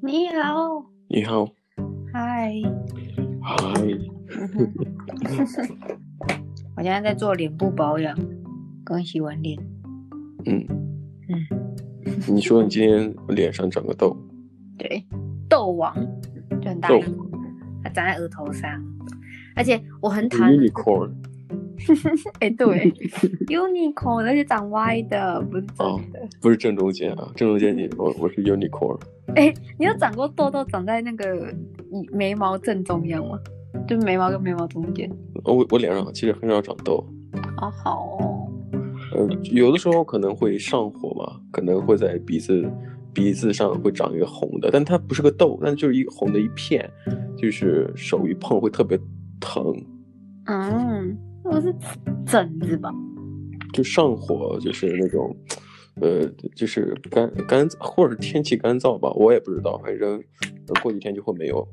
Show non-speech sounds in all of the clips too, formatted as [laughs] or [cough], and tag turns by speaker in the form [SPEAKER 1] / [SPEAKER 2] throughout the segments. [SPEAKER 1] 你好，
[SPEAKER 2] 你好，
[SPEAKER 1] 嗨，
[SPEAKER 2] 嗨，
[SPEAKER 1] 我现在在做脸部保养，刚洗完脸。
[SPEAKER 2] 嗯
[SPEAKER 1] 嗯，
[SPEAKER 2] 你说你今天脸上长个痘，
[SPEAKER 1] 对，痘王就很大
[SPEAKER 2] 痘
[SPEAKER 1] 一个，它长在额头上，而且我很讨厌。
[SPEAKER 2] unicorn
[SPEAKER 1] 哎、对，unicorn，而且长歪的，不是正的。
[SPEAKER 2] 不是正中间啊，正中间你我我是 unicorn，
[SPEAKER 1] 你有长过痘痘长在那个眉毛正中央吗？就眉毛跟眉毛中间。
[SPEAKER 2] 哦我我脸上其实很少长痘，
[SPEAKER 1] 好好哦，
[SPEAKER 2] 呃，有的时候可能会上火嘛，可能会在鼻子鼻子上会长一个红的，但它不是个痘，但就是一个红的一片，就是手一碰会特别疼，
[SPEAKER 1] 嗯，我是疹子吧？
[SPEAKER 2] 就上火就是那种，呃，就是干干或者是天气干燥吧，我也不知道，反正呃过几天就会没有。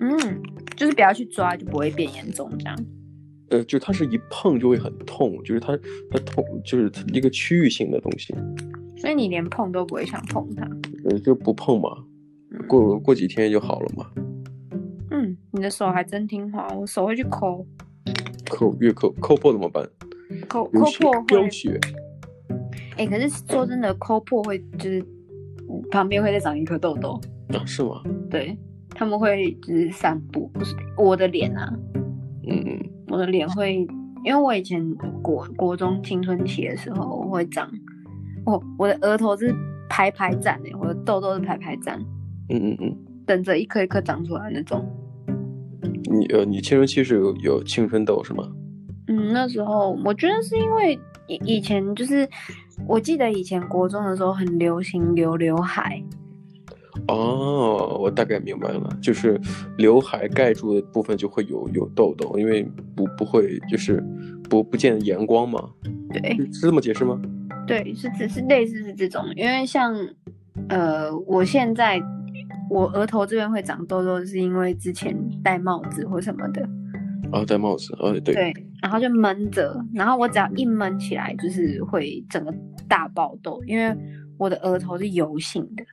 [SPEAKER 1] 嗯，就是不要去抓，就不会变严重这样。
[SPEAKER 2] 呃，就它是一碰就会很痛，就是它它痛就是它一个区域性的东西，
[SPEAKER 1] 所以你连碰都不会想碰它。
[SPEAKER 2] 呃，就不碰嘛，过过几天就好了嘛，
[SPEAKER 1] 嗯，你的手还真听话，我手会去抠
[SPEAKER 2] 抠越抠抠破怎么办？
[SPEAKER 1] 抠抠
[SPEAKER 2] 流血
[SPEAKER 1] 破会
[SPEAKER 2] 飙，血，
[SPEAKER 1] 哎、可是说真的，抠破会就是嗯旁边会再长一颗痘痘，
[SPEAKER 2] 啊，是吗？
[SPEAKER 1] 对，他们会就是散布，不是我的脸啊，
[SPEAKER 2] 嗯，
[SPEAKER 1] 我的脸会，因为我以前国国中青春期的时候，我会长，我我的额头是排排站哎、我的痘痘是排排站，
[SPEAKER 2] 嗯嗯嗯，
[SPEAKER 1] 等着一颗一颗长出来那种。
[SPEAKER 2] 你呃，你青春期是有有青春痘是吗？
[SPEAKER 1] 嗯，那时候我觉得是因为以以前就是，我记得以前国中的时候很流行留刘海，
[SPEAKER 2] 哦，我大概明白了，就是刘海盖住的部分就会有有痘痘，因为不不会就是不不见阳光嘛，
[SPEAKER 1] 对
[SPEAKER 2] 是这么解释吗？
[SPEAKER 1] 对，是只是类似是这种，因为像呃，我现在我额头这边会长痘痘，是因为之前戴帽子或什么的，
[SPEAKER 2] 啊，戴帽子，啊对，
[SPEAKER 1] 对，然后就闷着，然后我只要一闷起来，就是会整个大爆痘，因为我的额头是油性的。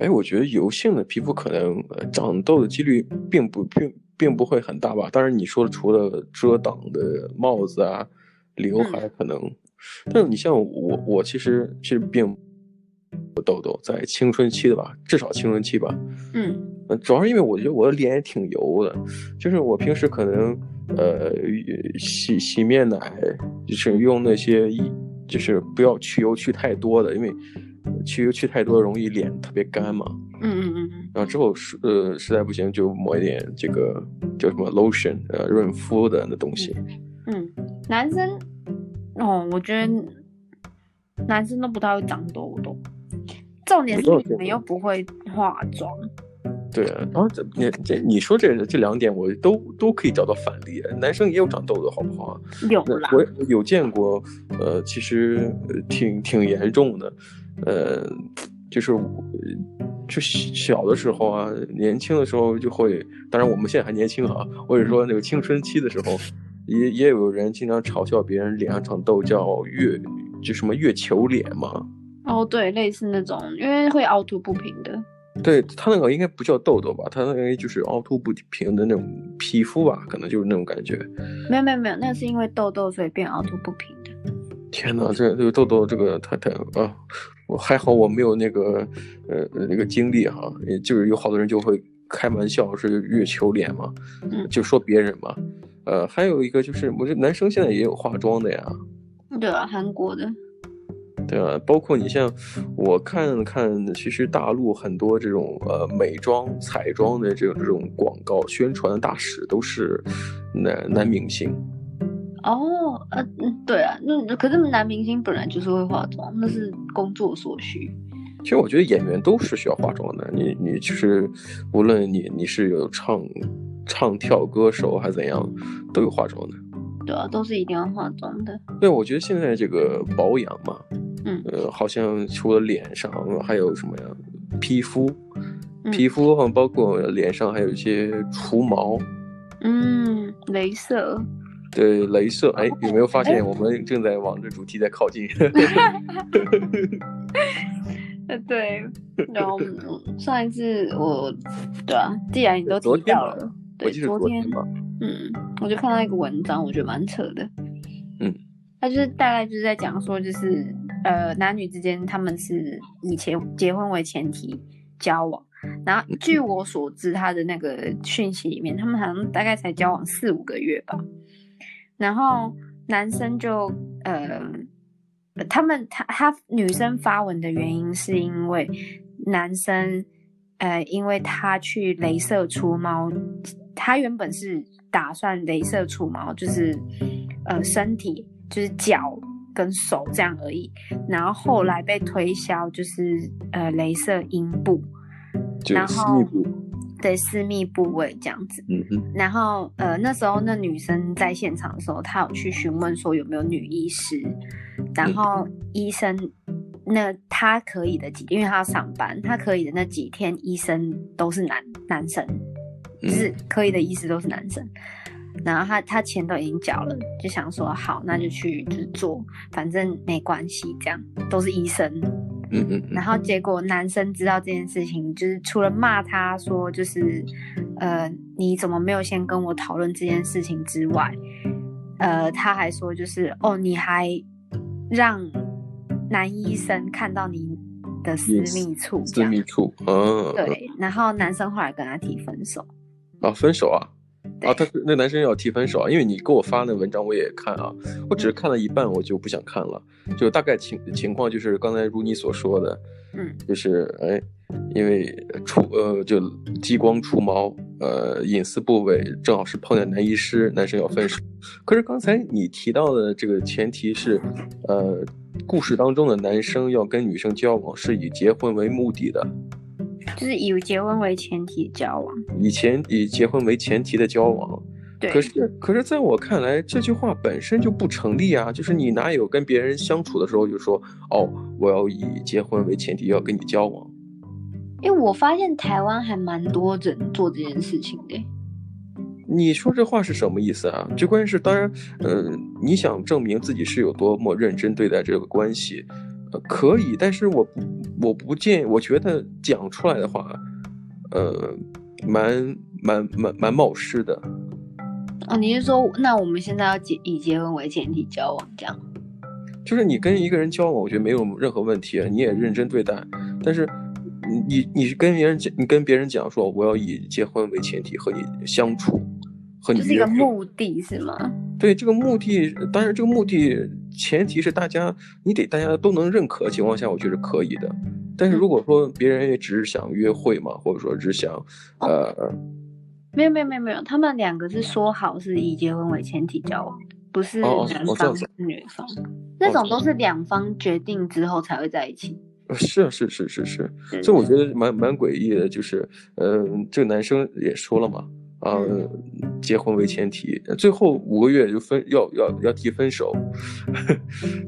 [SPEAKER 2] 哎，我觉得油性的皮肤可能呃长痘的几率并不并并不会很大吧。当然，你说的除了遮挡的帽子啊、刘海可能，但是你像我，我其实其实并不痘痘，在青春期的吧，至少青春期吧，
[SPEAKER 1] 嗯
[SPEAKER 2] 呃，主要是因为我觉得我的脸也挺油的，就是我平时可能呃洗洗面奶，就是用那些一就是不要去油去太多的，因为呃去油去太多容易脸特别干嘛。
[SPEAKER 1] 嗯嗯嗯嗯，
[SPEAKER 2] 然后之后实呃实在不行就抹一点这个叫什么 lotion 呃润肤的那东西。
[SPEAKER 1] 嗯，男生哦，我觉得男生都不太会长痘痘。重点是
[SPEAKER 2] 我倒觉
[SPEAKER 1] 你们
[SPEAKER 2] 得
[SPEAKER 1] 又不会化妆，
[SPEAKER 2] 对，啊然后这你这你说这这两点我都都可以找到反例，男生也有长痘的好不好啊？
[SPEAKER 1] 有
[SPEAKER 2] 那
[SPEAKER 1] 啦，
[SPEAKER 2] 我我有见过，呃，其实呃挺挺严重的，呃，就是我就小的时候啊，年轻的时候就会，当然我们现在还年轻啊，或者说那个青春期的时候，也也有人经常嘲笑别人脸上长痘叫月，就什么月球脸嘛。
[SPEAKER 1] 哦对，类似那种，因为会凹凸不平的，
[SPEAKER 2] 对他那个应该不叫痘痘吧，他那个就是凹凸不平的那种皮肤吧，可能就是那种感觉。
[SPEAKER 1] 没有没有没有，那是因为痘痘所以变凹凸不平的。
[SPEAKER 2] 天呐，啊这这个痘痘，这个太太啊，我还好我没有那个呃那个经历哈，也就是有好多人就会开玩笑是月球脸嘛，
[SPEAKER 1] 嗯
[SPEAKER 2] 就说别人嘛，呃，还有一个就是，我觉得男生现在也有化妆的呀，
[SPEAKER 1] 对啊，韩国的，
[SPEAKER 2] 对啊，包括你像我看看，其实大陆很多这种呃美妆彩妆的这种这种广告宣传大使都是男男明星，
[SPEAKER 1] 哦，呃，嗯对啊，那可是男明星本来就是会化妆，那是工作所需。
[SPEAKER 2] 其实我觉得演员都是需要化妆的，你你就是无论你你是有唱唱跳歌手还是怎样，都有化妆的。
[SPEAKER 1] 对啊，都是一定要化妆的。
[SPEAKER 2] 对，我觉得现在这个保养嘛，
[SPEAKER 1] 嗯
[SPEAKER 2] 呃，好像除了脸上还有什么呀？皮肤，
[SPEAKER 1] 嗯
[SPEAKER 2] 皮肤好像包括脸上还有一些除毛，
[SPEAKER 1] 嗯，镭射，
[SPEAKER 2] 对，镭射。哎，有没有发
[SPEAKER 1] 哎
[SPEAKER 2] 现我们正
[SPEAKER 1] [laughs]
[SPEAKER 2] 在往这主题在靠近？
[SPEAKER 1] [laughs] 呃，对，然
[SPEAKER 2] [laughs]
[SPEAKER 1] 后上一次我，对啊，既然你都
[SPEAKER 2] 昨
[SPEAKER 1] 提
[SPEAKER 2] 天
[SPEAKER 1] 到
[SPEAKER 2] 吧
[SPEAKER 1] 了，
[SPEAKER 2] 我
[SPEAKER 1] 对，
[SPEAKER 2] 记得
[SPEAKER 1] 昨
[SPEAKER 2] 天吧，
[SPEAKER 1] 嗯，我就看到一个文章，我觉得蛮扯的。
[SPEAKER 2] 嗯，
[SPEAKER 1] 他就是大概就是在讲说，就是呃，男女之间他们是以前结婚为前提交往，然后据我所知，他的那个讯息里面，他们好像大概才交往四五个月吧，然后男生就呃，他们他他女生发文的原因是因为男生呃，因为他去镭射除毛，他原本是打算镭射除毛，就是呃身体就是脚跟手这样而已，然后后来被推销就是呃镭射阴部，
[SPEAKER 2] 就是
[SPEAKER 1] 然
[SPEAKER 2] 私
[SPEAKER 1] 后
[SPEAKER 2] 密部，
[SPEAKER 1] 对私密部位这样子。
[SPEAKER 2] 嗯哼，
[SPEAKER 1] 然后呃，那时候那女生在现场的时候，她有去询问说有没有女医师，然
[SPEAKER 2] 嗯
[SPEAKER 1] 后医生那她可以的几，因为她要上班，她可以的那几天，医生都是男男生，就
[SPEAKER 2] 嗯
[SPEAKER 1] 是可以的医师都是男生。然后她她钱都已经缴了，就想说好，那就去就是做，反正没关系，这样都是医生，
[SPEAKER 2] 嗯嗯嗯
[SPEAKER 1] 然后结果男生知道这件事情，就是除了骂他说就是，呃，你怎么没有先跟我讨论这件事情之外，呃，他还说就是哦，你还让男医生看到你的私
[SPEAKER 2] Yes，
[SPEAKER 1] 密处，这
[SPEAKER 2] 私
[SPEAKER 1] 样
[SPEAKER 2] 密处，嗯，
[SPEAKER 1] 对。然后男生后来跟他提分手，
[SPEAKER 2] 啊，分手啊。
[SPEAKER 1] 对嗯
[SPEAKER 2] 啊，他那男生要提分手啊，因为你给我发那文章我也看啊，我只是看了一半我就不想看了，就大概情情况就是刚才如你所说的，
[SPEAKER 1] 嗯，
[SPEAKER 2] 就是哎，因为触呃就激光除毛，呃隐私部位正好是碰见男医师，男生要分手。可是刚才你提到的这个前提是，呃，故事当中的男生要跟女生交往是以结婚为目的的，
[SPEAKER 1] 就是以结婚为前提交往，
[SPEAKER 2] 以前以结婚为前提的交往。
[SPEAKER 1] 对，
[SPEAKER 2] 可是，可是在我看来，这句话本身就不成立啊！就是你哪有跟别人相处的时候就说，哦，我要以结婚为前提要跟你交往，
[SPEAKER 1] 因为我发现台湾还蛮多人做这件事情的，欸
[SPEAKER 2] 你说这话是什么意思啊？最关键是，当然，呃，你想证明自己是有多么认真对待这个关系，呃，可以，但是我不，我不建议，我觉得讲出来的话，呃，蛮蛮蛮蛮冒失的。
[SPEAKER 1] 哦，你是说那我们现在要结以结婚为前提交往这样？
[SPEAKER 2] 就是你跟一个人交往，我觉得没有任何问题，你也认真对待。但是你你你跟别人讲，你跟别人讲说我要以结婚为前提和你相处，和你
[SPEAKER 1] 就是一
[SPEAKER 2] 约
[SPEAKER 1] 个
[SPEAKER 2] 会
[SPEAKER 1] 目的是吗？
[SPEAKER 2] 对这个目的，当然这个目的前提是大家你得大家都能认可的情况下，我觉得是可以的。但是
[SPEAKER 1] 嗯
[SPEAKER 2] 如果说别人也只是想约会嘛，或者说只想呃
[SPEAKER 1] 没有没有没有没有，他们两个是说好是以结婚为前提交往，不是
[SPEAKER 2] 哦哦
[SPEAKER 1] 男
[SPEAKER 2] 哦这
[SPEAKER 1] 方
[SPEAKER 2] 样子哦
[SPEAKER 1] 跟女方，那
[SPEAKER 2] 这
[SPEAKER 1] 种都是两方决定之后才会在一起。
[SPEAKER 2] 是啊是是是是，
[SPEAKER 1] 对
[SPEAKER 2] 这我觉得蛮蛮诡异的，就是，嗯、这个男生也说了嘛，啊、结婚为前提，最后五个月就分要要要提分手， [laughs]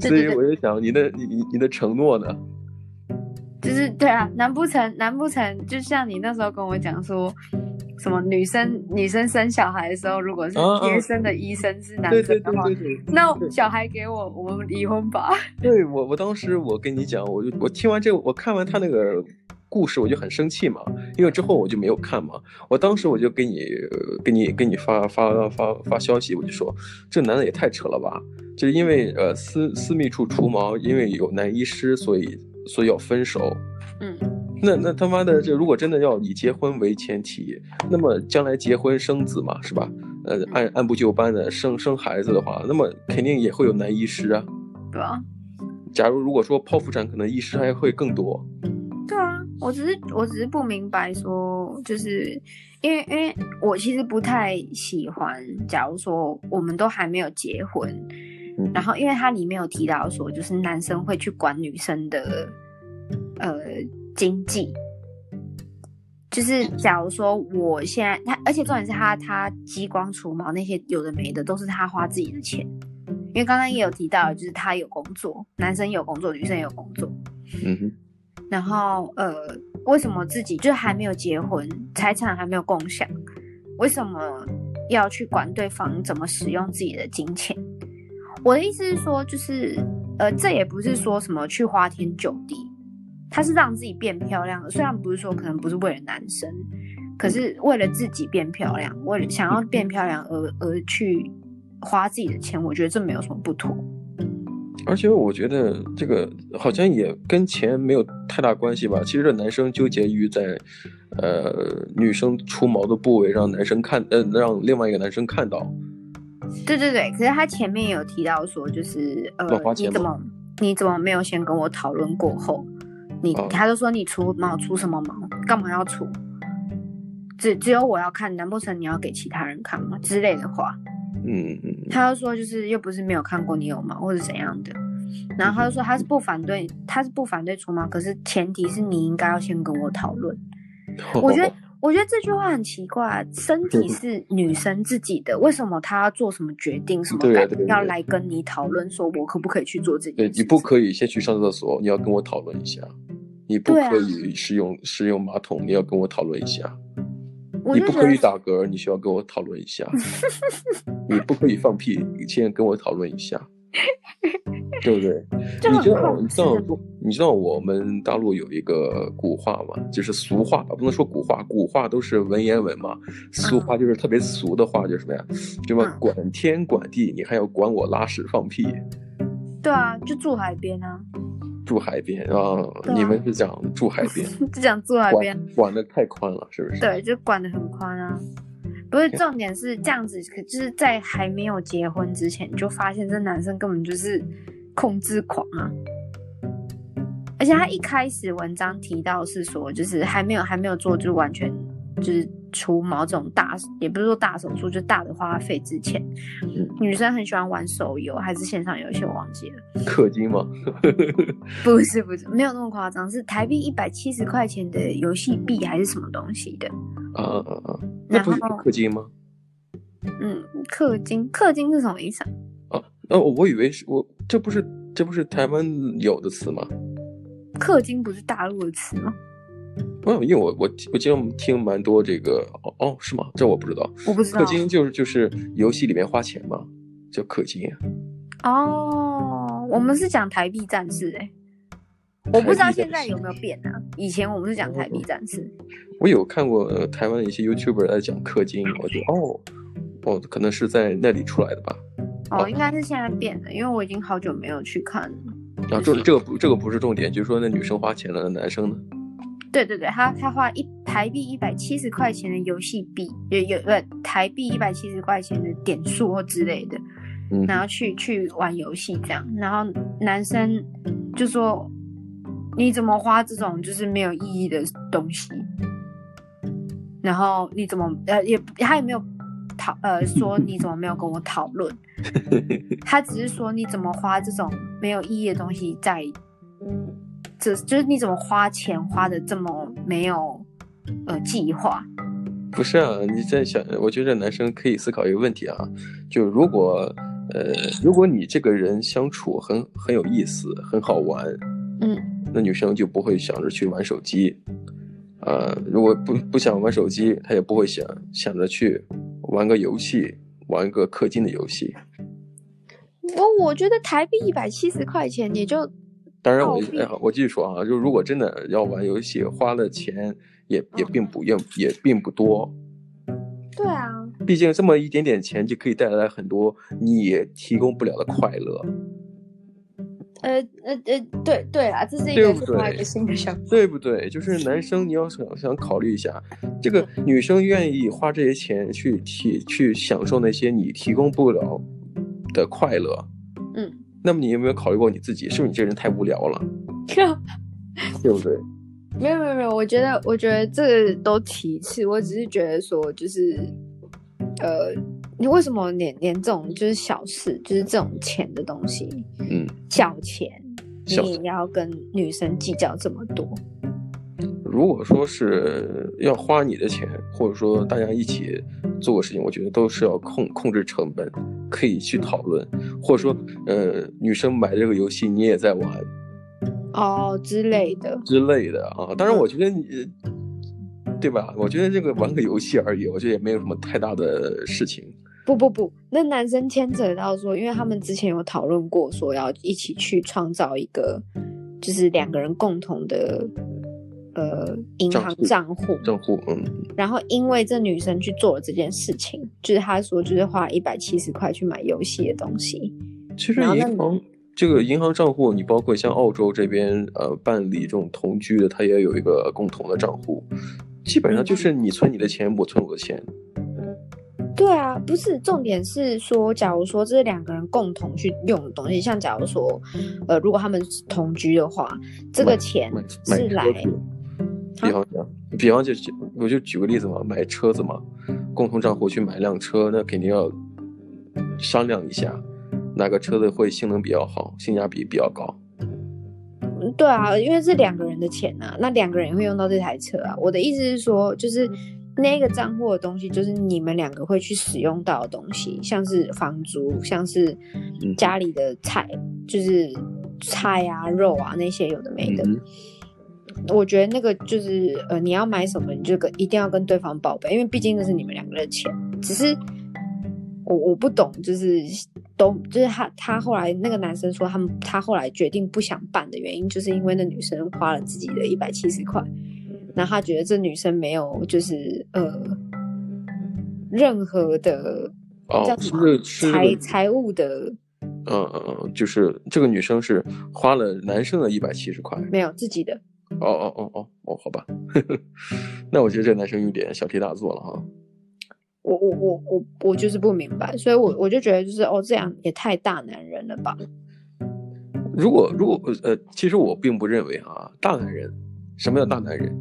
[SPEAKER 2] 所以我就想你的你你你的承诺呢？
[SPEAKER 1] 就是对啊，难不成难不成就像你那时候跟我讲说，什么女生女生生小孩的时候，如果是
[SPEAKER 2] 啊啊
[SPEAKER 1] 贴身的医生是男
[SPEAKER 2] 对对
[SPEAKER 1] 生的
[SPEAKER 2] 对
[SPEAKER 1] 话，
[SPEAKER 2] 对对，
[SPEAKER 1] 那小孩给我，我们离婚吧。
[SPEAKER 2] [laughs] 对我我当时我跟你讲，我就我听完这个，我看完他那个。故事我就很生气嘛，因为之后我就没有看嘛。我当时我就给你、呃给你、给你发发发发消息，我就说这男的也太扯了吧！就是因为呃私私密处除毛，因为有男医师，所以所以要分手。
[SPEAKER 1] 嗯，
[SPEAKER 2] 那那他妈的，这如果真的要以结婚为前提，那么将来结婚生子嘛，是吧？呃，按按部就班的生生孩子的话，那么肯定也会有男医师啊。
[SPEAKER 1] 对啊。
[SPEAKER 2] 假如如果说剖腹产，可能医师还会更多。
[SPEAKER 1] 对啊，我只是我只是不明白说，就是因为因为我其实不太喜欢，假如说我们都还没有结婚，
[SPEAKER 2] 嗯
[SPEAKER 1] 然后因为它里面有提到说，就是男生会去管女生的呃经济。就是，假如说我现在他，而且重点是他，他激光除毛那些有的没的都是他花自己的钱，因为刚刚也有提到，就是他有工作，男生有工作，女生也有工作，
[SPEAKER 2] 嗯哼，
[SPEAKER 1] 然后呃，为什么自己就还没有结婚，财产还没有共享，为什么要去管对方怎么使用自己的金钱？我的意思是说，就是呃，这也不是说什么去花天酒地，她是让自己变漂亮的，虽然不是说可能不是为了男生，可是为了自己变漂亮，为了想要变漂亮而而去花自己的钱，我觉得这没有什么不妥。
[SPEAKER 2] 而且我觉得这个好像也跟钱没有太大关系吧。其实这男生纠结于在，呃，女生出毛的部位让男生看，呃，让另外一个男生看到。
[SPEAKER 1] 对对对，可是他前面有提到说，就是呃
[SPEAKER 2] 要花，钱
[SPEAKER 1] 你
[SPEAKER 2] 吗
[SPEAKER 1] 怎么你怎么没有先跟我讨论过后？你、
[SPEAKER 2] 哦
[SPEAKER 1] 他就说你除毛除什么毛？干嘛要除？只只有我要看，难不成你要给其他人看吗？之类的话，
[SPEAKER 2] 嗯嗯
[SPEAKER 1] 他就说就是又不是没有看过你有毛或者怎样的，然后他就说他是不反对，他是不反对除毛，可是前提是你应该要先跟我讨论。
[SPEAKER 2] 嗯，
[SPEAKER 1] 我觉得，我觉得这句话很奇怪，身体是女生自己的，为什么她要做什么决定、什么
[SPEAKER 2] 对啊
[SPEAKER 1] 改
[SPEAKER 2] 对啊对啊
[SPEAKER 1] 要来跟你讨论，说我可不可以去做这件
[SPEAKER 2] 对
[SPEAKER 1] 事？
[SPEAKER 2] 你不可以先去上厕所，你要跟我讨论一下。你不
[SPEAKER 1] 对啊
[SPEAKER 2] 可以使用、使用马桶，你要跟我讨论一下。
[SPEAKER 1] 我
[SPEAKER 2] 你
[SPEAKER 1] 就
[SPEAKER 2] 不
[SPEAKER 1] 觉
[SPEAKER 2] 可以
[SPEAKER 1] 得
[SPEAKER 2] 打嗝，你需要跟我讨论一下。
[SPEAKER 1] [laughs]
[SPEAKER 2] 你不可以放屁，你先跟我讨论一
[SPEAKER 1] [laughs]
[SPEAKER 2] 下，对不对？
[SPEAKER 1] 就
[SPEAKER 2] 你知
[SPEAKER 1] 很
[SPEAKER 2] 道
[SPEAKER 1] 控
[SPEAKER 2] 你知
[SPEAKER 1] 制
[SPEAKER 2] 道
[SPEAKER 1] 啊。
[SPEAKER 2] 你知道我们大陆有一个古话嘛，就是俗话吧，不能说古话，古话都是文言文嘛，俗话就是特别俗的话，就是什么呀？对吧？
[SPEAKER 1] 嗯
[SPEAKER 2] 管天管地，你还要管我拉屎放屁。
[SPEAKER 1] 对啊，就住海边啊， [laughs]
[SPEAKER 2] 住海边啊，
[SPEAKER 1] 对啊
[SPEAKER 2] 你们是讲住海边，
[SPEAKER 1] 就讲住 [laughs] 海边，
[SPEAKER 2] 管管的太宽了，是不是？
[SPEAKER 1] 对，就管得很宽啊。不是重点是这样子，可就是在还没有结婚之前，你就发现这男生根本就是控制狂啊。而且他
[SPEAKER 2] 嗯
[SPEAKER 1] 一开始文章提到是说，就是还没有还没有做，就完全就是除毛这种大，也不是说大手术，就大的花费之前，
[SPEAKER 2] 嗯
[SPEAKER 1] 女生很喜欢玩手游还是线上游戏，我忘记了。
[SPEAKER 2] 氪金嘛，
[SPEAKER 1] 不是不是，没有那么夸张，是台币一百七十块钱的游戏币还是什么东西的。
[SPEAKER 2] [laughs] 啊啊啊！那
[SPEAKER 1] 然
[SPEAKER 2] 不
[SPEAKER 1] 后
[SPEAKER 2] 是氪金吗？
[SPEAKER 1] 嗯，氪金，氪金是什么意思啊？
[SPEAKER 2] 啊，那我以为是我，这不是这不是台湾有的词吗？
[SPEAKER 1] 氪金不是大陆的词吗？
[SPEAKER 2] 不，因为我我我经常听蛮多这个哦哦是吗？这我不知道。
[SPEAKER 1] 我不知道
[SPEAKER 2] 氪。金就是就是游戏里面花钱嘛，叫氪金啊。
[SPEAKER 1] 哦，我们是讲台币战士哎、我不知道
[SPEAKER 2] 台币战士
[SPEAKER 1] 现在有没有变啊。以前我们是讲台币战士，
[SPEAKER 2] 我有看过、呃台湾的一些 YouTuber 在讲氪金，我觉得哦，哦可能是在那里出来的吧。
[SPEAKER 1] 哦，应该是现在变了，因为我已经好久没有去看了。
[SPEAKER 2] 然后这这个不这个不是重点，就是说那女生花钱了，那男生呢？
[SPEAKER 1] 对对对，他他花一台币一百七十块钱的游戏币，有有不台币一百七十块钱的点数或之类的，
[SPEAKER 2] 嗯，
[SPEAKER 1] 然后去去玩游戏这样，然后男生就说你怎么花这种就是没有意义的东西，然后你怎么呃也他也没有讨呃说你怎么没有跟我讨论，他只是说你怎么花这种没有意义的东西在，这就是你怎么花钱花的这么没有呃计划，
[SPEAKER 2] [laughs] 不是啊，你在想，我觉得男生可以思考一个问题啊，就如果呃，如果你这个人相处很很有意思，很好玩，
[SPEAKER 1] 嗯
[SPEAKER 2] 那女生就不会想着去玩手机，呃，如果不不想玩手机，她也不会想想着去玩个游戏，玩一个氪金的游戏。
[SPEAKER 1] 哦我我觉得台币一百七十块钱也就
[SPEAKER 2] 当然我，
[SPEAKER 1] 哦
[SPEAKER 2] 哎我继续说啊，就如果真的要玩游戏，花的钱也也并不也也并不多，
[SPEAKER 1] 对啊。
[SPEAKER 2] 毕竟这么一点点钱就可以带来很多你提供不了的快乐，
[SPEAKER 1] 呃呃呃，对对啦，这是一
[SPEAKER 2] 对
[SPEAKER 1] 个
[SPEAKER 2] 不
[SPEAKER 1] 另外一
[SPEAKER 2] 对
[SPEAKER 1] 个新的想法。
[SPEAKER 2] 对不对？就是男生你要想想考虑一下，这个女生愿意花这些钱去提去享受那些你提供不了的快乐，
[SPEAKER 1] 嗯，
[SPEAKER 2] 那么你有没有考虑过你自己？是不是你这人太无聊了，对不对？
[SPEAKER 1] [laughs] 没有没有没有，我觉得我觉得这个都其次，我只是觉得说就是，呃，你为什么连连这种就是小事，就是这种钱的东西，
[SPEAKER 2] 嗯，
[SPEAKER 1] 小钱，你
[SPEAKER 2] 小
[SPEAKER 1] 也要跟女生计较这么多？
[SPEAKER 2] 如果说是要花你的钱，或者说大家一起做个事情，我觉得都是要控控制成本，可以去讨论，或者说，呃，女生买这个游戏你也在玩
[SPEAKER 1] 哦之类的，
[SPEAKER 2] 之类的啊。当然，我觉得你，对吧？我觉得这个玩个游戏而已，我觉得也没有什么太大的事情。
[SPEAKER 1] 不不不，那男生牵扯到说，因为他们之前有讨论过说要一起去创造一个就是两个人共同的呃银
[SPEAKER 2] 账
[SPEAKER 1] 行
[SPEAKER 2] 户
[SPEAKER 1] 账户，
[SPEAKER 2] 账户，嗯，
[SPEAKER 1] 然后因为这女生去做了这件事情，就是她说就是花一百七十块去买游戏的东西，
[SPEAKER 2] 其实
[SPEAKER 1] 然后那
[SPEAKER 2] 银
[SPEAKER 1] 你
[SPEAKER 2] 行这个银行账户，你包括像澳洲这边呃办理这种同居的，它也有一个共同的账户，基本上就是你存你的钱，我存我的钱，
[SPEAKER 1] 对啊，不是重点是说，假如说这是两个人共同去用的东西，像假如说，呃，如果他们是同居的话，这个钱
[SPEAKER 2] 买
[SPEAKER 1] 是
[SPEAKER 2] 买
[SPEAKER 1] 来
[SPEAKER 2] 车子。比方讲，比方就我就举个例子嘛，买车子嘛，共同账户去买辆车，那肯定要商量一下，哪个车子会性能比较好，性价比比较高。
[SPEAKER 1] 嗯对啊，因为是两个人的钱啊，那两个人也会用到这台车啊。我的意思是说，就是那个账户的东西，就是你们两个会去使用到的东西，像是房租，像是
[SPEAKER 2] 嗯
[SPEAKER 1] 家里的菜，就是菜啊、肉啊那些有的没的。
[SPEAKER 2] 嗯
[SPEAKER 1] 我觉得那个就是呃，你要买什么，你就跟一定要跟对方报备，因为毕竟那是你们两个的钱。只是我我不懂，就是都就是他他后来那个男生说他们他后来决定不想办的原因，就是因为那女生花了自己的一百七十块，然后他觉得这女生没有就是呃任何的
[SPEAKER 2] 哦
[SPEAKER 1] 叫
[SPEAKER 2] 是
[SPEAKER 1] 什
[SPEAKER 2] 这
[SPEAKER 1] 么
[SPEAKER 2] 个是这
[SPEAKER 1] 财
[SPEAKER 2] 个
[SPEAKER 1] 财务的
[SPEAKER 2] 嗯嗯嗯，就是这个女生是花了男生的一百七十块。
[SPEAKER 1] 没有自己的
[SPEAKER 2] 哦哦哦哦哦，好吧， [laughs] 那我觉得这个男生有点小题大做了哈。
[SPEAKER 1] 我我我我我就是
[SPEAKER 2] 嗯
[SPEAKER 1] 不明白，所以我我就觉得就是哦，这样也太大男人了吧？
[SPEAKER 2] 如果如果呃，其实我并不认为啊，大男人，什么叫大男人？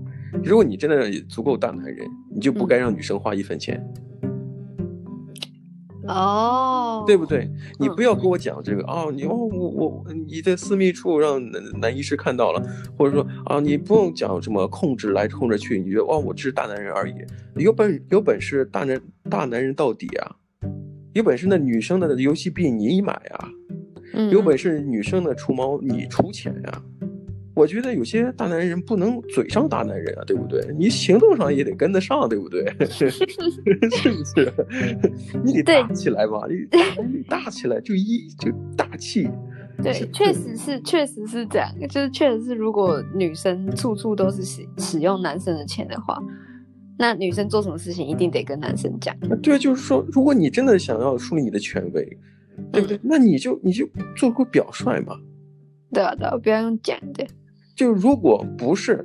[SPEAKER 2] 如果你真的足够大男人，你就不该让女生花一分钱，
[SPEAKER 1] 哦，
[SPEAKER 2] 嗯对不？对？你
[SPEAKER 1] 嗯
[SPEAKER 2] 不要跟我讲这个啊、你哦，我我你的私密处让男男医师看到了，或者说啊，你不用讲什么控制来控制去，你觉得哦，我只是大男人而已，有本有本事大男大男人到底啊，有本事那女生的游戏币你买啊，
[SPEAKER 1] 嗯
[SPEAKER 2] 有本事女生的除毛你出钱呀、我觉得有些大男人不能嘴上大男人啊，对不对？你行动上也得跟得上，对不对？ [laughs] 是不是？你
[SPEAKER 1] 对
[SPEAKER 2] 得大起来吧，你大男人大起来就一就大气。
[SPEAKER 1] 对
[SPEAKER 2] 是，
[SPEAKER 1] 确实是，确实是这样，就是确实是，如果女生处处都是使使用男生的钱的话，那女生做什么事情一定得跟男生讲。
[SPEAKER 2] 对，就是说，如果你真的想要树立你的权威，对
[SPEAKER 1] 嗯
[SPEAKER 2] 不对？那你就你就做出表率嘛。
[SPEAKER 1] 对啊，对啊，不要用讲的。
[SPEAKER 2] 就如果不是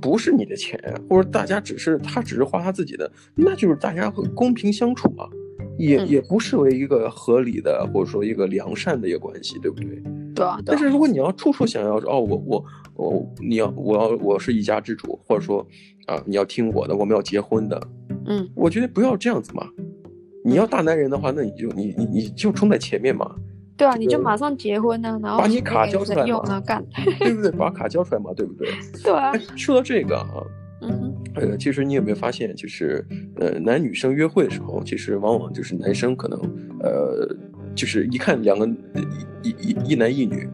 [SPEAKER 2] 不是你的钱，或者大家只是他只是花他自己的，那就是大家会公平相处嘛，也、
[SPEAKER 1] 嗯
[SPEAKER 2] 也不视为一个合理的或者说一个良善的一个关系，对不对？
[SPEAKER 1] 对啊，对
[SPEAKER 2] 但
[SPEAKER 1] 啊
[SPEAKER 2] 是，如果你要处处想要说哦，我我我你要我要我是一家之主，或者说啊、你要听我的，我们要结婚的，
[SPEAKER 1] 嗯，
[SPEAKER 2] 我觉得不要这样子嘛。你要大男人的话，那你就你你你就冲在前面嘛，
[SPEAKER 1] 对啊，你就马上结婚啊，然后
[SPEAKER 2] 把你
[SPEAKER 1] 就
[SPEAKER 2] 卡
[SPEAKER 1] 给
[SPEAKER 2] 交
[SPEAKER 1] 女
[SPEAKER 2] 出
[SPEAKER 1] 生
[SPEAKER 2] 来
[SPEAKER 1] 用
[SPEAKER 2] 嘛
[SPEAKER 1] 啊，干，
[SPEAKER 2] 对不对？把卡交出来嘛，对不对？
[SPEAKER 1] 对啊
[SPEAKER 2] 哎，，说到这个啊，
[SPEAKER 1] 嗯哼，
[SPEAKER 2] 呃，其实你有没有发现，就是呃，男女生约会的时候，其实往往就是男生可能呃，就是一看两个一一一一男一女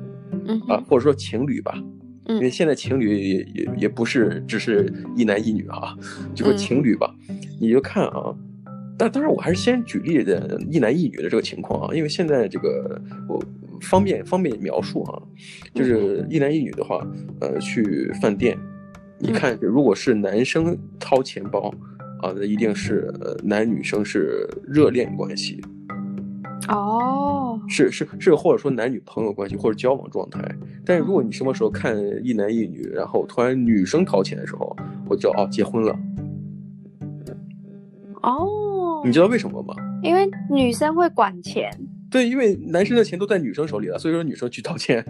[SPEAKER 1] 嗯
[SPEAKER 2] 啊
[SPEAKER 1] 哼，，
[SPEAKER 2] 或者说情侣吧，因为
[SPEAKER 1] 嗯
[SPEAKER 2] 现在情侣也也也不是只是一男一女啊，就说
[SPEAKER 1] 嗯
[SPEAKER 2] 情侣吧，你就看啊。但当然，我还是先举例的一男一女的这个情况啊，因为现在这个我方便方便描述啊，就是一男一女的话，呃，去饭店，你
[SPEAKER 1] 嗯
[SPEAKER 2] 看，如果是男生掏钱包啊，那一定是呃男女生是热恋关系，
[SPEAKER 1] 哦，
[SPEAKER 2] 是是是，或者说男女朋友关系或者交往状态。但是
[SPEAKER 1] 嗯
[SPEAKER 2] 如果你什么时候看一男一女，然后突然女生掏钱的时候，我就哦结婚了，
[SPEAKER 1] 哦
[SPEAKER 2] 你，知道为什么吗？
[SPEAKER 1] 因为女生会管钱，
[SPEAKER 2] 对，因为男生的钱都在女生手里了，所以说女生去掏钱，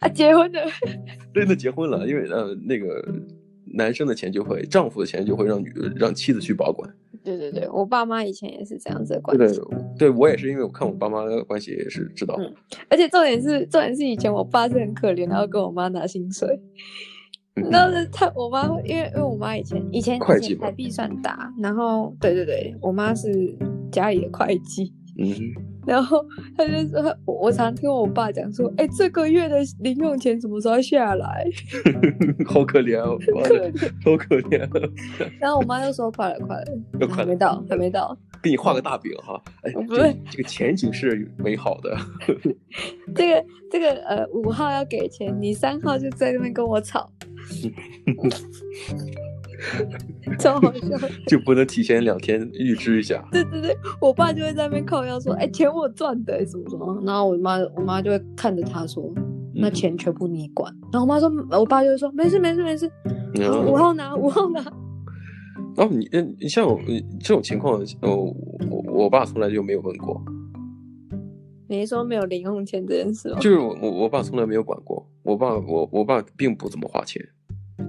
[SPEAKER 1] 啊，结婚的，
[SPEAKER 2] 真的结婚了，因为呃那个男生的钱就会丈夫的钱就会让女让妻子去保管。
[SPEAKER 1] 对对对，我爸妈以前也是这样子的管
[SPEAKER 2] 嗯对
[SPEAKER 1] 钱。
[SPEAKER 2] 对，对我也是因为我看我爸妈的关系也是知道，
[SPEAKER 1] 嗯而且重点是，重点是以前我爸是很可怜，然后跟我妈拿薪水。
[SPEAKER 2] 嗯
[SPEAKER 1] 然后呢，他我妈会因为因为我妈以前以前
[SPEAKER 2] 会
[SPEAKER 1] 以
[SPEAKER 2] 计
[SPEAKER 1] 前
[SPEAKER 2] 吧
[SPEAKER 1] 台币算大，然后对对对，我妈是家里的会计，
[SPEAKER 2] 嗯，
[SPEAKER 1] 然后他就说，我我常听我爸讲说，哎、这个月的零用钱什么时候要下来？
[SPEAKER 2] [laughs] 好可怜哦，妈
[SPEAKER 1] 可 [laughs]
[SPEAKER 2] 的，
[SPEAKER 1] 怜。
[SPEAKER 2] 好可怜，啊
[SPEAKER 1] 然后我妈就说快了快了，
[SPEAKER 2] 又
[SPEAKER 1] 还
[SPEAKER 2] 快
[SPEAKER 1] 没
[SPEAKER 2] 乐。
[SPEAKER 1] 到还没到，
[SPEAKER 2] 给你画个大饼哈，哎，
[SPEAKER 1] 嗯不
[SPEAKER 2] 这
[SPEAKER 1] 是
[SPEAKER 2] 这个前景是美好的，
[SPEAKER 1] 这个这个呃，五号要给钱，你三号就在那边跟我吵，超好笑。
[SPEAKER 2] 就不能提前两天预知一下？
[SPEAKER 1] 对对对，我爸就会在那边靠腰说：“哎、钱我赚的、什么什么。”然后我妈我妈就会看着他说：“那
[SPEAKER 2] 嗯
[SPEAKER 1] 钱全部你管。”然后我妈说：“我爸就会说没事没事没事，
[SPEAKER 2] 然后
[SPEAKER 1] 五号拿五号拿。
[SPEAKER 2] 然哦后你嗯你像我这种情况，呃，我我我爸从来就没有问过，”
[SPEAKER 1] 你是说没有零用钱这件事吗？
[SPEAKER 2] 就是我我我爸从来没有管过，我爸我我爸并不怎么花钱。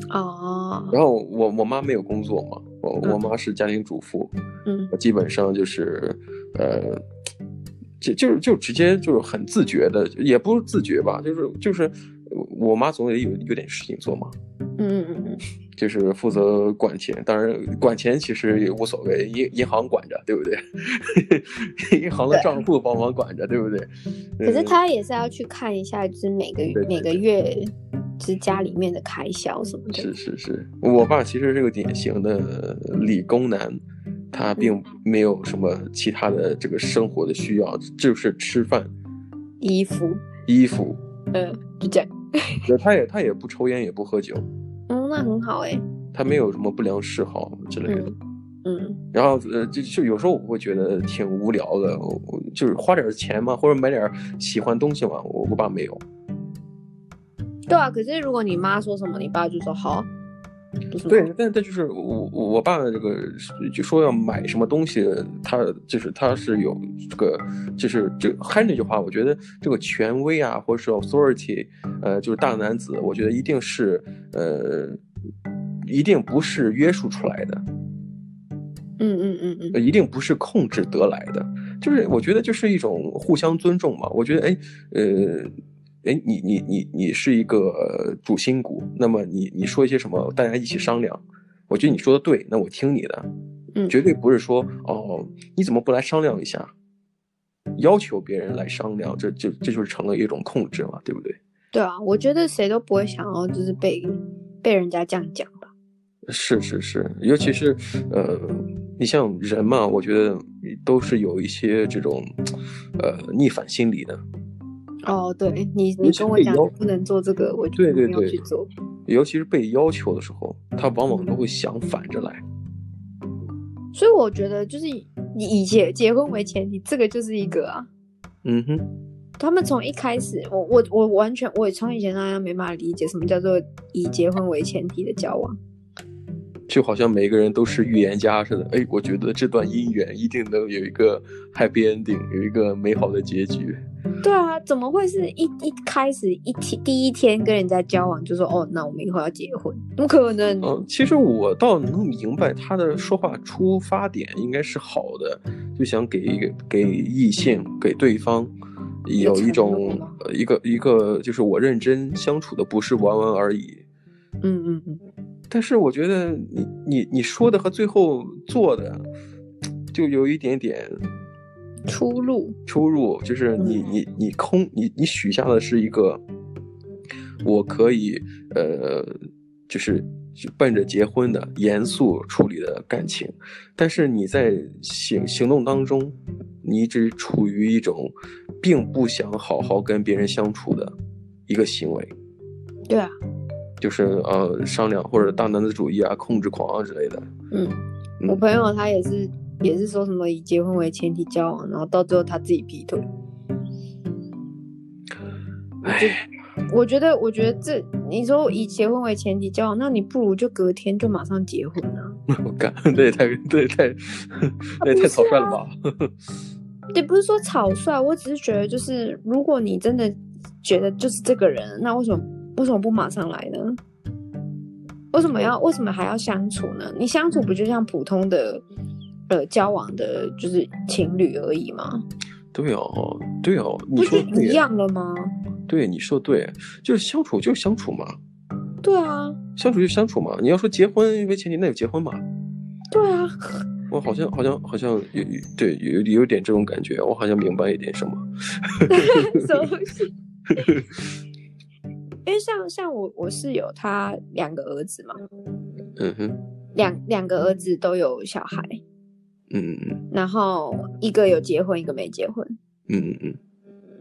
[SPEAKER 1] 哦，
[SPEAKER 2] 然后我我妈没有工作嘛，我
[SPEAKER 1] 嗯
[SPEAKER 2] 我妈是家庭主妇，
[SPEAKER 1] 嗯
[SPEAKER 2] 我基本上就是，呃，就就就直接就是很自觉的，也不是自觉吧，就是就是呃我妈总得有有点事情做嘛，
[SPEAKER 1] 嗯嗯嗯
[SPEAKER 2] 就是负责管钱，当然管钱其实也无所谓，银银行管着，对 [laughs] 不对？银行的账户帮忙管着，对不对？
[SPEAKER 1] 嗯。可是
[SPEAKER 2] 呃
[SPEAKER 1] 他也是要去看一下，就是每个
[SPEAKER 2] 对对
[SPEAKER 1] 每个月，就是家里面的开销什么的。
[SPEAKER 2] 是是是，我爸其实是个典型的理工男，他并没有什么其他的这个生活的需要，就是吃饭、
[SPEAKER 1] 衣服，
[SPEAKER 2] 衣服。
[SPEAKER 1] 嗯，就这样。
[SPEAKER 2] 那他也他也不抽烟，也不喝酒，
[SPEAKER 1] 嗯，那很好哎、
[SPEAKER 2] 他没有什么不良嗜好之类的。
[SPEAKER 1] 嗯嗯
[SPEAKER 2] 然后呃，就就有时候我会觉得挺无聊的，我我就是花点钱嘛，或者买点喜欢东西嘛。我我爸没有，，
[SPEAKER 1] 对啊。可是如果你妈说什么，你爸就说好，啊不是吗
[SPEAKER 2] 对，但但就是我我我爸这个就说要买什么东西，他就是他是有这个，就是这还是那句话，我觉得这个权威啊，或者是 authority，呃，就是大男子，我觉得一定是呃，一定不是约束出来的，
[SPEAKER 1] 嗯嗯嗯嗯
[SPEAKER 2] 呃一定不是控制得来的，就是我觉得就是一种互相尊重嘛。我觉得哎，呃。哎，你你你你是一个主心骨，那么你你说一些什么，大家一起商量。我觉得你说的对，那我听你的，
[SPEAKER 1] 嗯，
[SPEAKER 2] 绝对不是说哦，你怎么不来商量一下？要求别人来商量，这这这就是成了一种控制嘛，对不对？
[SPEAKER 1] 对啊。我觉得谁都不会想要就是被被人家这样讲吧。
[SPEAKER 2] 是是是，尤其是呃，你像人嘛，我觉得都是有一些这种呃逆反心理的，
[SPEAKER 1] 哦，对你
[SPEAKER 2] 尤
[SPEAKER 1] 你
[SPEAKER 2] 其
[SPEAKER 1] 跟我
[SPEAKER 2] 被
[SPEAKER 1] 讲
[SPEAKER 2] 要
[SPEAKER 1] 不能做这个，我就
[SPEAKER 2] 对对
[SPEAKER 1] 没有
[SPEAKER 2] 对
[SPEAKER 1] 去做。
[SPEAKER 2] 尤其是被要求的时候，他往往都会想反着来。
[SPEAKER 1] 所以我觉得就是以以结结婚为前提，这个就是一个啊。
[SPEAKER 2] 嗯哼，
[SPEAKER 1] 他们从一开始，我我我完全我从以前到现在没办法理解什么叫做以结婚为前提的交往。
[SPEAKER 2] 就好像每个人都是预言家似的。哎，我觉得这段姻缘一定能有一个 happy ending，有一个美好的结局。
[SPEAKER 1] 对啊，怎么会是一一开始一天第一天跟人家交往就说哦，那我们以后要结婚？怎么可能？
[SPEAKER 2] 嗯，其实我倒能明白他的说话出发点应该是好的，就想给给异性给对方
[SPEAKER 1] 一个
[SPEAKER 2] 有
[SPEAKER 1] 承诺
[SPEAKER 2] 一种
[SPEAKER 1] 吗
[SPEAKER 2] 呃一个一个就是我认真相处的，不是玩玩而已。
[SPEAKER 1] 嗯嗯嗯，
[SPEAKER 2] 但是我觉得你你你说的和最后做的就有一点点
[SPEAKER 1] 出路。
[SPEAKER 2] 出入，就是
[SPEAKER 1] 嗯
[SPEAKER 2] 你你你空你你许下的是一个，我可以呃，就是就奔着结婚的严肃处理的感情，但是你在行行动当中，你一直处于一种并不想好好跟别人相处的一个行为，
[SPEAKER 1] 对啊，
[SPEAKER 2] 就是呃商量或者大男子主义啊、控制狂啊之类的。
[SPEAKER 1] 嗯，
[SPEAKER 2] 嗯
[SPEAKER 1] 我朋友他也是也是说什么以结婚为前提交往，然后到最后他自己劈腿。
[SPEAKER 2] 唉，
[SPEAKER 1] 我觉得，我觉得这你说以结婚为前提交往，那你不如就隔天就马上结婚啊！
[SPEAKER 2] [laughs] 我干，这也太这也太这也太草率了吧？
[SPEAKER 1] 也不是说草率，我只是觉得就是，如果你真的觉得就是这个人，那为什么为什么不马上来呢？为什么要为什么还要相处呢？你相处不就像普通的呃交往的，就是情侣而已吗？
[SPEAKER 2] 对哦，对哦，你
[SPEAKER 1] 不就
[SPEAKER 2] 说对
[SPEAKER 1] 一样了吗？
[SPEAKER 2] 对，你说对，就是相处就是相处嘛，
[SPEAKER 1] 对啊，
[SPEAKER 2] 相处就相处嘛。你要说结婚为前提，那就结婚嘛。
[SPEAKER 1] 对
[SPEAKER 2] [laughs]
[SPEAKER 1] 啊，
[SPEAKER 2] 我好像好像好像有有对有有点这种感觉，我好像明白一点什么。
[SPEAKER 1] 什么东
[SPEAKER 2] [laughs]
[SPEAKER 1] 西？因为像像我我室友他两个儿子嘛，
[SPEAKER 2] 嗯哼，
[SPEAKER 1] 两两个儿子都有小孩，
[SPEAKER 2] 嗯嗯
[SPEAKER 1] 然后一个有结婚，一个没结婚，
[SPEAKER 2] 嗯嗯嗯，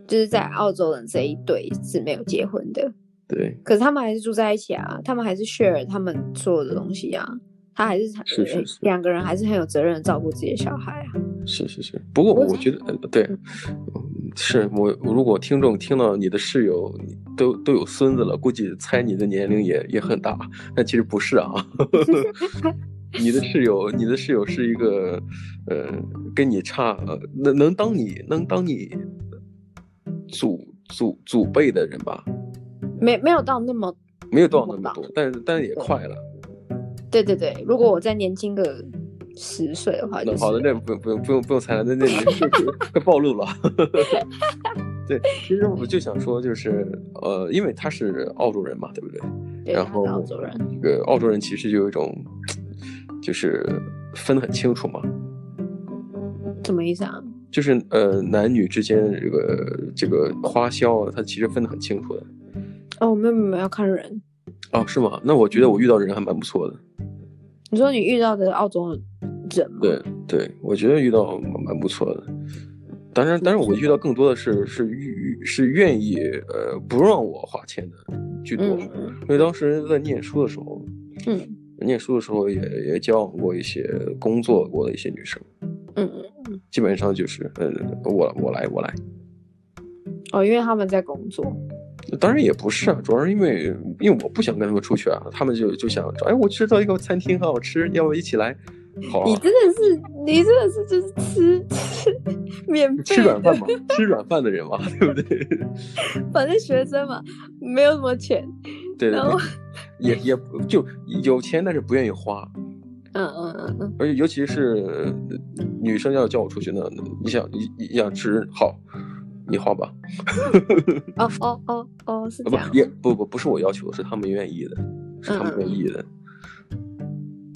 [SPEAKER 1] 就是在澳洲人这一对是没有结婚的，
[SPEAKER 2] 对，
[SPEAKER 1] 可是他们还是住在一起啊，他们还是 share 他们所有的东西啊，他还是
[SPEAKER 2] 是是是
[SPEAKER 1] 两个人还是很有责任的照顾自己的小孩啊。
[SPEAKER 2] 是是是。不过
[SPEAKER 1] 我
[SPEAKER 2] 我觉得，呃对，嗯是我如果听众听到你的室友你都都有孙子了，估计猜你的年龄也也很大，但其实不是啊。 [laughs] 你的室友，你的室友是一个，呃，跟你差，呃能能当你能当你祖祖祖辈的人吧，
[SPEAKER 1] 没没有到那么，
[SPEAKER 2] 没有到那么多，但是但是也快了。
[SPEAKER 1] 对对对，如果我再年轻个十岁的话，就
[SPEAKER 2] 那
[SPEAKER 1] 啊是
[SPEAKER 2] 好的，那不不用不用不用猜了，那那你快暴露了。 [laughs] 对，其实我就想说，就是呃，因为他是澳洲人嘛，对不对？
[SPEAKER 1] 对，
[SPEAKER 2] 然
[SPEAKER 1] 他
[SPEAKER 2] 后
[SPEAKER 1] 是澳洲人，
[SPEAKER 2] 这个澳洲人其实就有一种，就是分得很清楚嘛，
[SPEAKER 1] 什么意思啊？
[SPEAKER 2] 就是呃男女之间这个这个花销啊，他其实分得很清楚的。
[SPEAKER 1] 哦，没有没有没有要看人。
[SPEAKER 2] 哦，是吗？那我觉得我遇到的人还蛮不错的。
[SPEAKER 1] 你说你遇到的澳洲人吗？
[SPEAKER 2] 对对，我觉得遇到蛮蛮不错的。当然，但是我遇到更多的是是愿是愿意呃不让我花钱的居多，
[SPEAKER 1] 嗯嗯
[SPEAKER 2] 因为当时在念书的时候，
[SPEAKER 1] 嗯
[SPEAKER 2] 念书的时候也也交往过一些工作过的一些女生，
[SPEAKER 1] 嗯，
[SPEAKER 2] 基本上就是呃我我来我来，
[SPEAKER 1] 哦，因为他们在工作，
[SPEAKER 2] 当然也不是啊，主要是因为因为我不想跟他们出去啊，他们就就想哎我知道一个餐厅很好吃，要不一起来，好、
[SPEAKER 1] 你
[SPEAKER 2] 啊。
[SPEAKER 1] 真的是，你真的是就是吃吃 [laughs] 免费
[SPEAKER 2] 吃软
[SPEAKER 1] 的
[SPEAKER 2] 饭嘛，吃软饭的人嘛， [laughs] 对不对？
[SPEAKER 1] [laughs] 反正学生嘛，没有什么钱，
[SPEAKER 2] 对对
[SPEAKER 1] 然后
[SPEAKER 2] 对，也也就有钱，但是不愿意花，
[SPEAKER 1] 嗯嗯嗯嗯，
[SPEAKER 2] 而且尤其是呃女生要叫我出去呢，你想你你想吃好，你花吧，
[SPEAKER 1] 哦哦哦哦，是
[SPEAKER 2] 啊
[SPEAKER 1] 这样
[SPEAKER 2] 不，也不不不是我要求，是他们愿意的，是他们愿意的。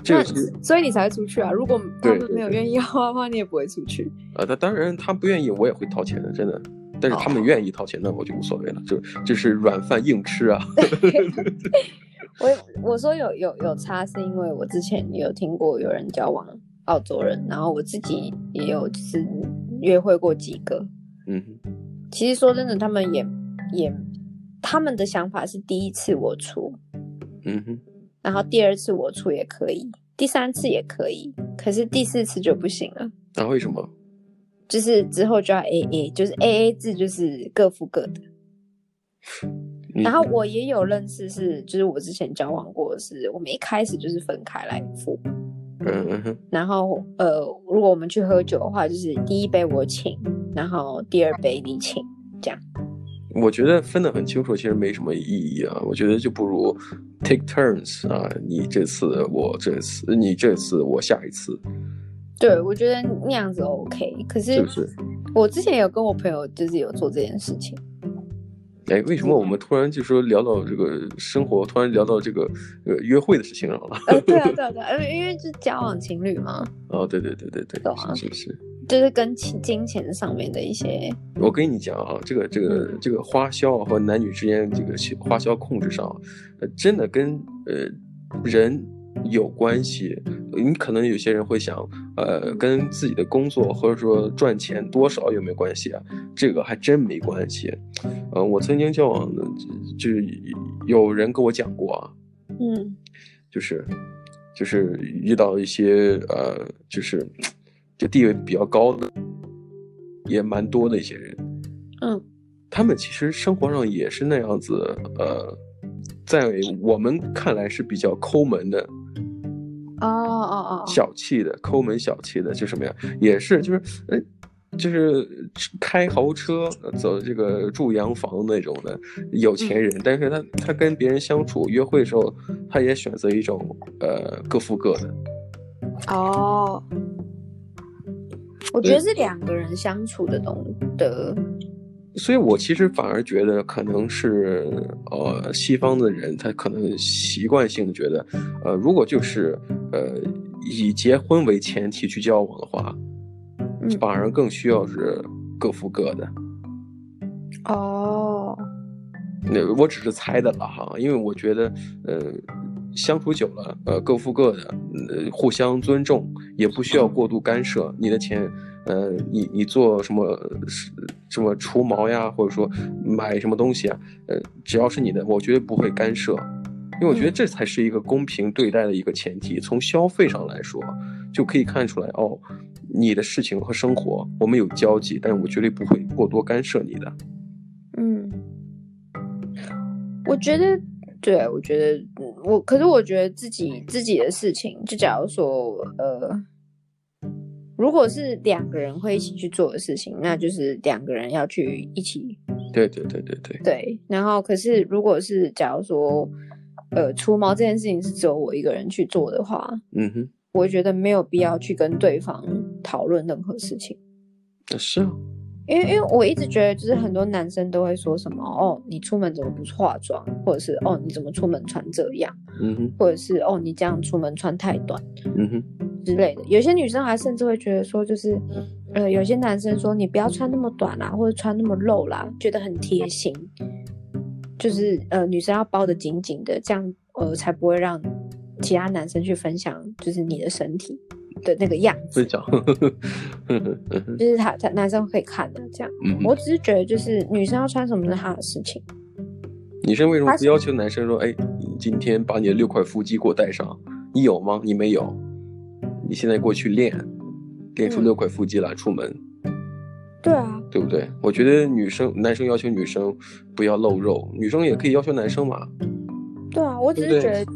[SPEAKER 2] 这个是
[SPEAKER 1] 嗯那所以你才会出去啊。如果他
[SPEAKER 2] 对
[SPEAKER 1] 们
[SPEAKER 2] 对
[SPEAKER 1] 没有
[SPEAKER 2] 对
[SPEAKER 1] 愿意要的话， [laughs] 你也不会出去。
[SPEAKER 2] 啊，他当然他不愿意，我也会掏钱的，真的。但是他
[SPEAKER 1] 哦
[SPEAKER 2] 们愿意掏钱，那我就无所谓了，就就是软饭硬吃啊。
[SPEAKER 1] 我我说有有有差，是因为我之前有听过有人交往澳洲人，然后我自己也有就是约会过几个。
[SPEAKER 2] 嗯
[SPEAKER 1] 其实说真的，他们也也他们的想法是第一次我出，
[SPEAKER 2] 嗯哼，
[SPEAKER 1] 然后第二次我出也可以，第三次也可以，可是第四次就不行了。
[SPEAKER 2] 那、为什么？
[SPEAKER 1] 就是之后就要 A A，就是 A A 制，就是各付各的。
[SPEAKER 2] 你
[SPEAKER 1] 然后我也有认识是，就是我之前交往过的是，我们一开始就是分开来付。
[SPEAKER 2] 嗯嗯哼
[SPEAKER 1] 然后呃，如果我们去喝酒的话，就是第一杯我请，然后第二杯你请。
[SPEAKER 2] 我觉得分得很清楚，其实没什么意义啊。我觉得就不如 take turns 啊，你这次我这次，你这次我下一次，
[SPEAKER 1] 对，我觉得那样子 OK。可
[SPEAKER 2] 是
[SPEAKER 1] 是
[SPEAKER 2] 不是？
[SPEAKER 1] 我之前有跟我朋友就是有做这件事情，
[SPEAKER 2] 哎，为什么我们突然就说聊到这个生活，突然聊到这个呃约会的事情上了？
[SPEAKER 1] 呃，对啊，对啊，对啊，因为因为就交往情侣嘛，
[SPEAKER 2] 哦，对对对对对，
[SPEAKER 1] 懂啊
[SPEAKER 2] 是是是。
[SPEAKER 1] 就是跟金金钱上面的一些，
[SPEAKER 2] 我跟你讲啊，这个这个
[SPEAKER 1] 嗯
[SPEAKER 2] 这个花销啊和男女之间这个花销控制上啊，呃，真的跟呃人有关系。你可能有些人会想，呃，跟自己的工作或者说赚钱多少有没有关系啊？这个还真没关系。呃，我曾经交往的，就是有人跟我讲过啊，
[SPEAKER 1] 嗯
[SPEAKER 2] 就是就是遇到一些呃，就是就地位比较高的，也蛮多的一些人。
[SPEAKER 1] 嗯
[SPEAKER 2] 他们其实生活上也是那样子，呃，在我们看来是比较抠门的、
[SPEAKER 1] 哦哦哦，
[SPEAKER 2] 小气的、抠门小气的，就什么呀？也是就是，呃，就是开豪车、走这个住洋房那种的有钱人，但是他他跟别人相处、约会的时候，他也选择一种呃各付各的。
[SPEAKER 1] 哦，我
[SPEAKER 2] 对
[SPEAKER 1] 觉得是两个人相处的东的，
[SPEAKER 2] 所以我其实反而觉得，可能是呃，西方的人他可能习惯性觉得，呃，如果就是呃以结婚为前提去交往的话，
[SPEAKER 1] 嗯
[SPEAKER 2] 反而更需要是各付各的。
[SPEAKER 1] 哦，
[SPEAKER 2] 那我只是猜的了哈，因为我觉得，呃，相处久了，呃，各付各的，呃，互相尊重，也不需要过度干涉。你的钱，呃，你你做什么什么除毛呀，或者说买什么东西啊，呃，只要是你的，我绝对不会干涉，因为我觉得这才是一个公平对待的一个前提。从消费上来说，就可以看出来哦，你的事情和生活我们有交集，但是我绝对不会过多干涉你的。
[SPEAKER 1] 嗯，我觉得，对我觉得我，可是我觉得自己自己的事情，就假如说，呃，如果是两个人会一起去做的事情，那就是两个人要去一起
[SPEAKER 2] 对对对对对，
[SPEAKER 1] 对。然后，可是如果是假如说，呃，除毛这件事情是只有我一个人去做的话，
[SPEAKER 2] 嗯哼，
[SPEAKER 1] 我觉得没有必要去跟对方讨论任何事情。
[SPEAKER 2] 是啊，
[SPEAKER 1] 因为因为我一直觉得，就是很多男生都会说什么哦，你出门怎么不化妆，或者是哦你怎么出门穿这样，
[SPEAKER 2] 嗯哼，
[SPEAKER 1] 或者是哦你这样出门穿太短
[SPEAKER 2] 嗯哼，
[SPEAKER 1] 之类的。有些女生还甚至会觉得说，就是呃有些男生说你不要穿那么短啦、或者穿那么露啦，觉得很贴心，就是呃女生要包得紧紧的，这样呃才不会让其他男生去分享就是你的身体的那个样
[SPEAKER 2] 分
[SPEAKER 1] 子，
[SPEAKER 2] 享， [laughs] 嗯哼，
[SPEAKER 1] 就是他他男生可以看的、这样。
[SPEAKER 2] 嗯哼
[SPEAKER 1] 我只是觉得，就是女生要穿什么是她的事情。
[SPEAKER 2] 女生为什么
[SPEAKER 1] 而
[SPEAKER 2] 不
[SPEAKER 1] 且
[SPEAKER 2] 要求男生说，哎，你今天把你的六块腹肌给我带上？你有吗？你没有，你现在过去练，练出
[SPEAKER 1] 嗯
[SPEAKER 2] 六块腹肌来出门，
[SPEAKER 1] 对啊，
[SPEAKER 2] 对不对？我觉得女生男生要求女生不要露肉，女生也可以要求男生嘛。
[SPEAKER 1] 对啊，我只
[SPEAKER 2] 对
[SPEAKER 1] 是
[SPEAKER 2] 不
[SPEAKER 1] 觉
[SPEAKER 2] 对
[SPEAKER 1] 得，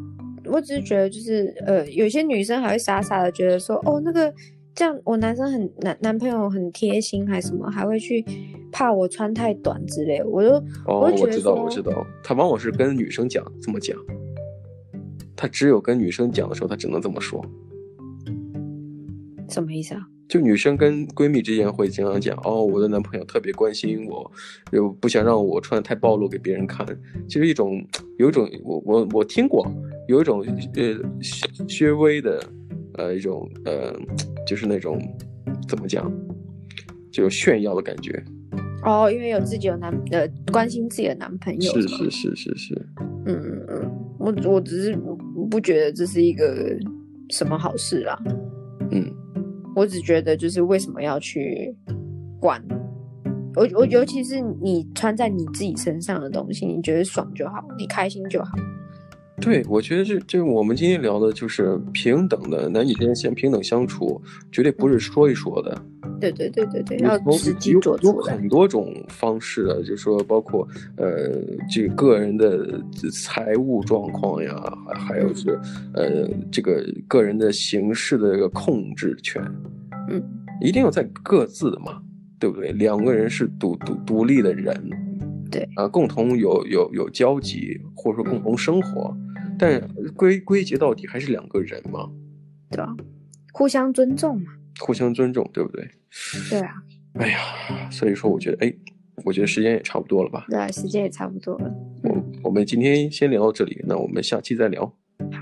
[SPEAKER 1] 我只是觉得，就是呃，有些女生还会傻傻的觉得说，哦，那个这样我男生很男男朋友很贴心，还什么，还会去怕我穿太短之类的。我就、
[SPEAKER 2] 哦，
[SPEAKER 1] 我就觉
[SPEAKER 2] 我
[SPEAKER 1] 得
[SPEAKER 2] 知道，
[SPEAKER 1] 说
[SPEAKER 2] 我知道，他往往是跟女生讲这么讲，他只有跟女生讲的时候，他只能这么说。
[SPEAKER 1] 什么意思啊？
[SPEAKER 2] 就女生跟闺蜜之间会经常讲哦，我的男朋友特别关心我，又不想让我穿的太暴露给别人看。其实一种有一种我我我听过有一种呃略微的呃一种呃就是那种怎么讲，就是炫耀的感觉。
[SPEAKER 1] 哦，因为有自己有男呃关心自己的男朋友
[SPEAKER 2] 是
[SPEAKER 1] 吗
[SPEAKER 2] 是是是是，
[SPEAKER 1] 嗯嗯，我我只是不觉得这是一个什么好事啦。
[SPEAKER 2] 嗯
[SPEAKER 1] 我只觉得就是为什么要去管？我我尤其是你穿在你自己身上的东西，你觉得爽就好，你开心就好。
[SPEAKER 2] 对，我觉得这就是我们今天聊的，就是平等的男女之间相平等相处，绝对不是说一说的。
[SPEAKER 1] 对对对对对，
[SPEAKER 2] 有
[SPEAKER 1] 要
[SPEAKER 2] 从
[SPEAKER 1] 实际
[SPEAKER 2] 有
[SPEAKER 1] 做
[SPEAKER 2] 有
[SPEAKER 1] 出来。
[SPEAKER 2] 很多种方式的，就是说包括呃这个个人的财务状况呀，还还有是
[SPEAKER 1] 嗯
[SPEAKER 2] 呃这个个人的形式的一个控制权，
[SPEAKER 1] 嗯，
[SPEAKER 2] 一定要在各自的嘛，对不对？两个人是独独独立的人，
[SPEAKER 1] 对
[SPEAKER 2] 啊、共同有有有交集，或者说共同生活，
[SPEAKER 1] 嗯
[SPEAKER 2] 但呃归归结到底还是两个人嘛，
[SPEAKER 1] 对啊，互相尊重嘛。
[SPEAKER 2] 互相尊重，对不对？
[SPEAKER 1] 对啊，
[SPEAKER 2] 哎呀，所以说我觉得，哎，我觉得时间也差不多了吧。
[SPEAKER 1] 对啊，时间也差不多了。
[SPEAKER 2] 我我们今天先聊到这里，那我们下期再聊。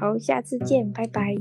[SPEAKER 1] 好，下次见，拜拜。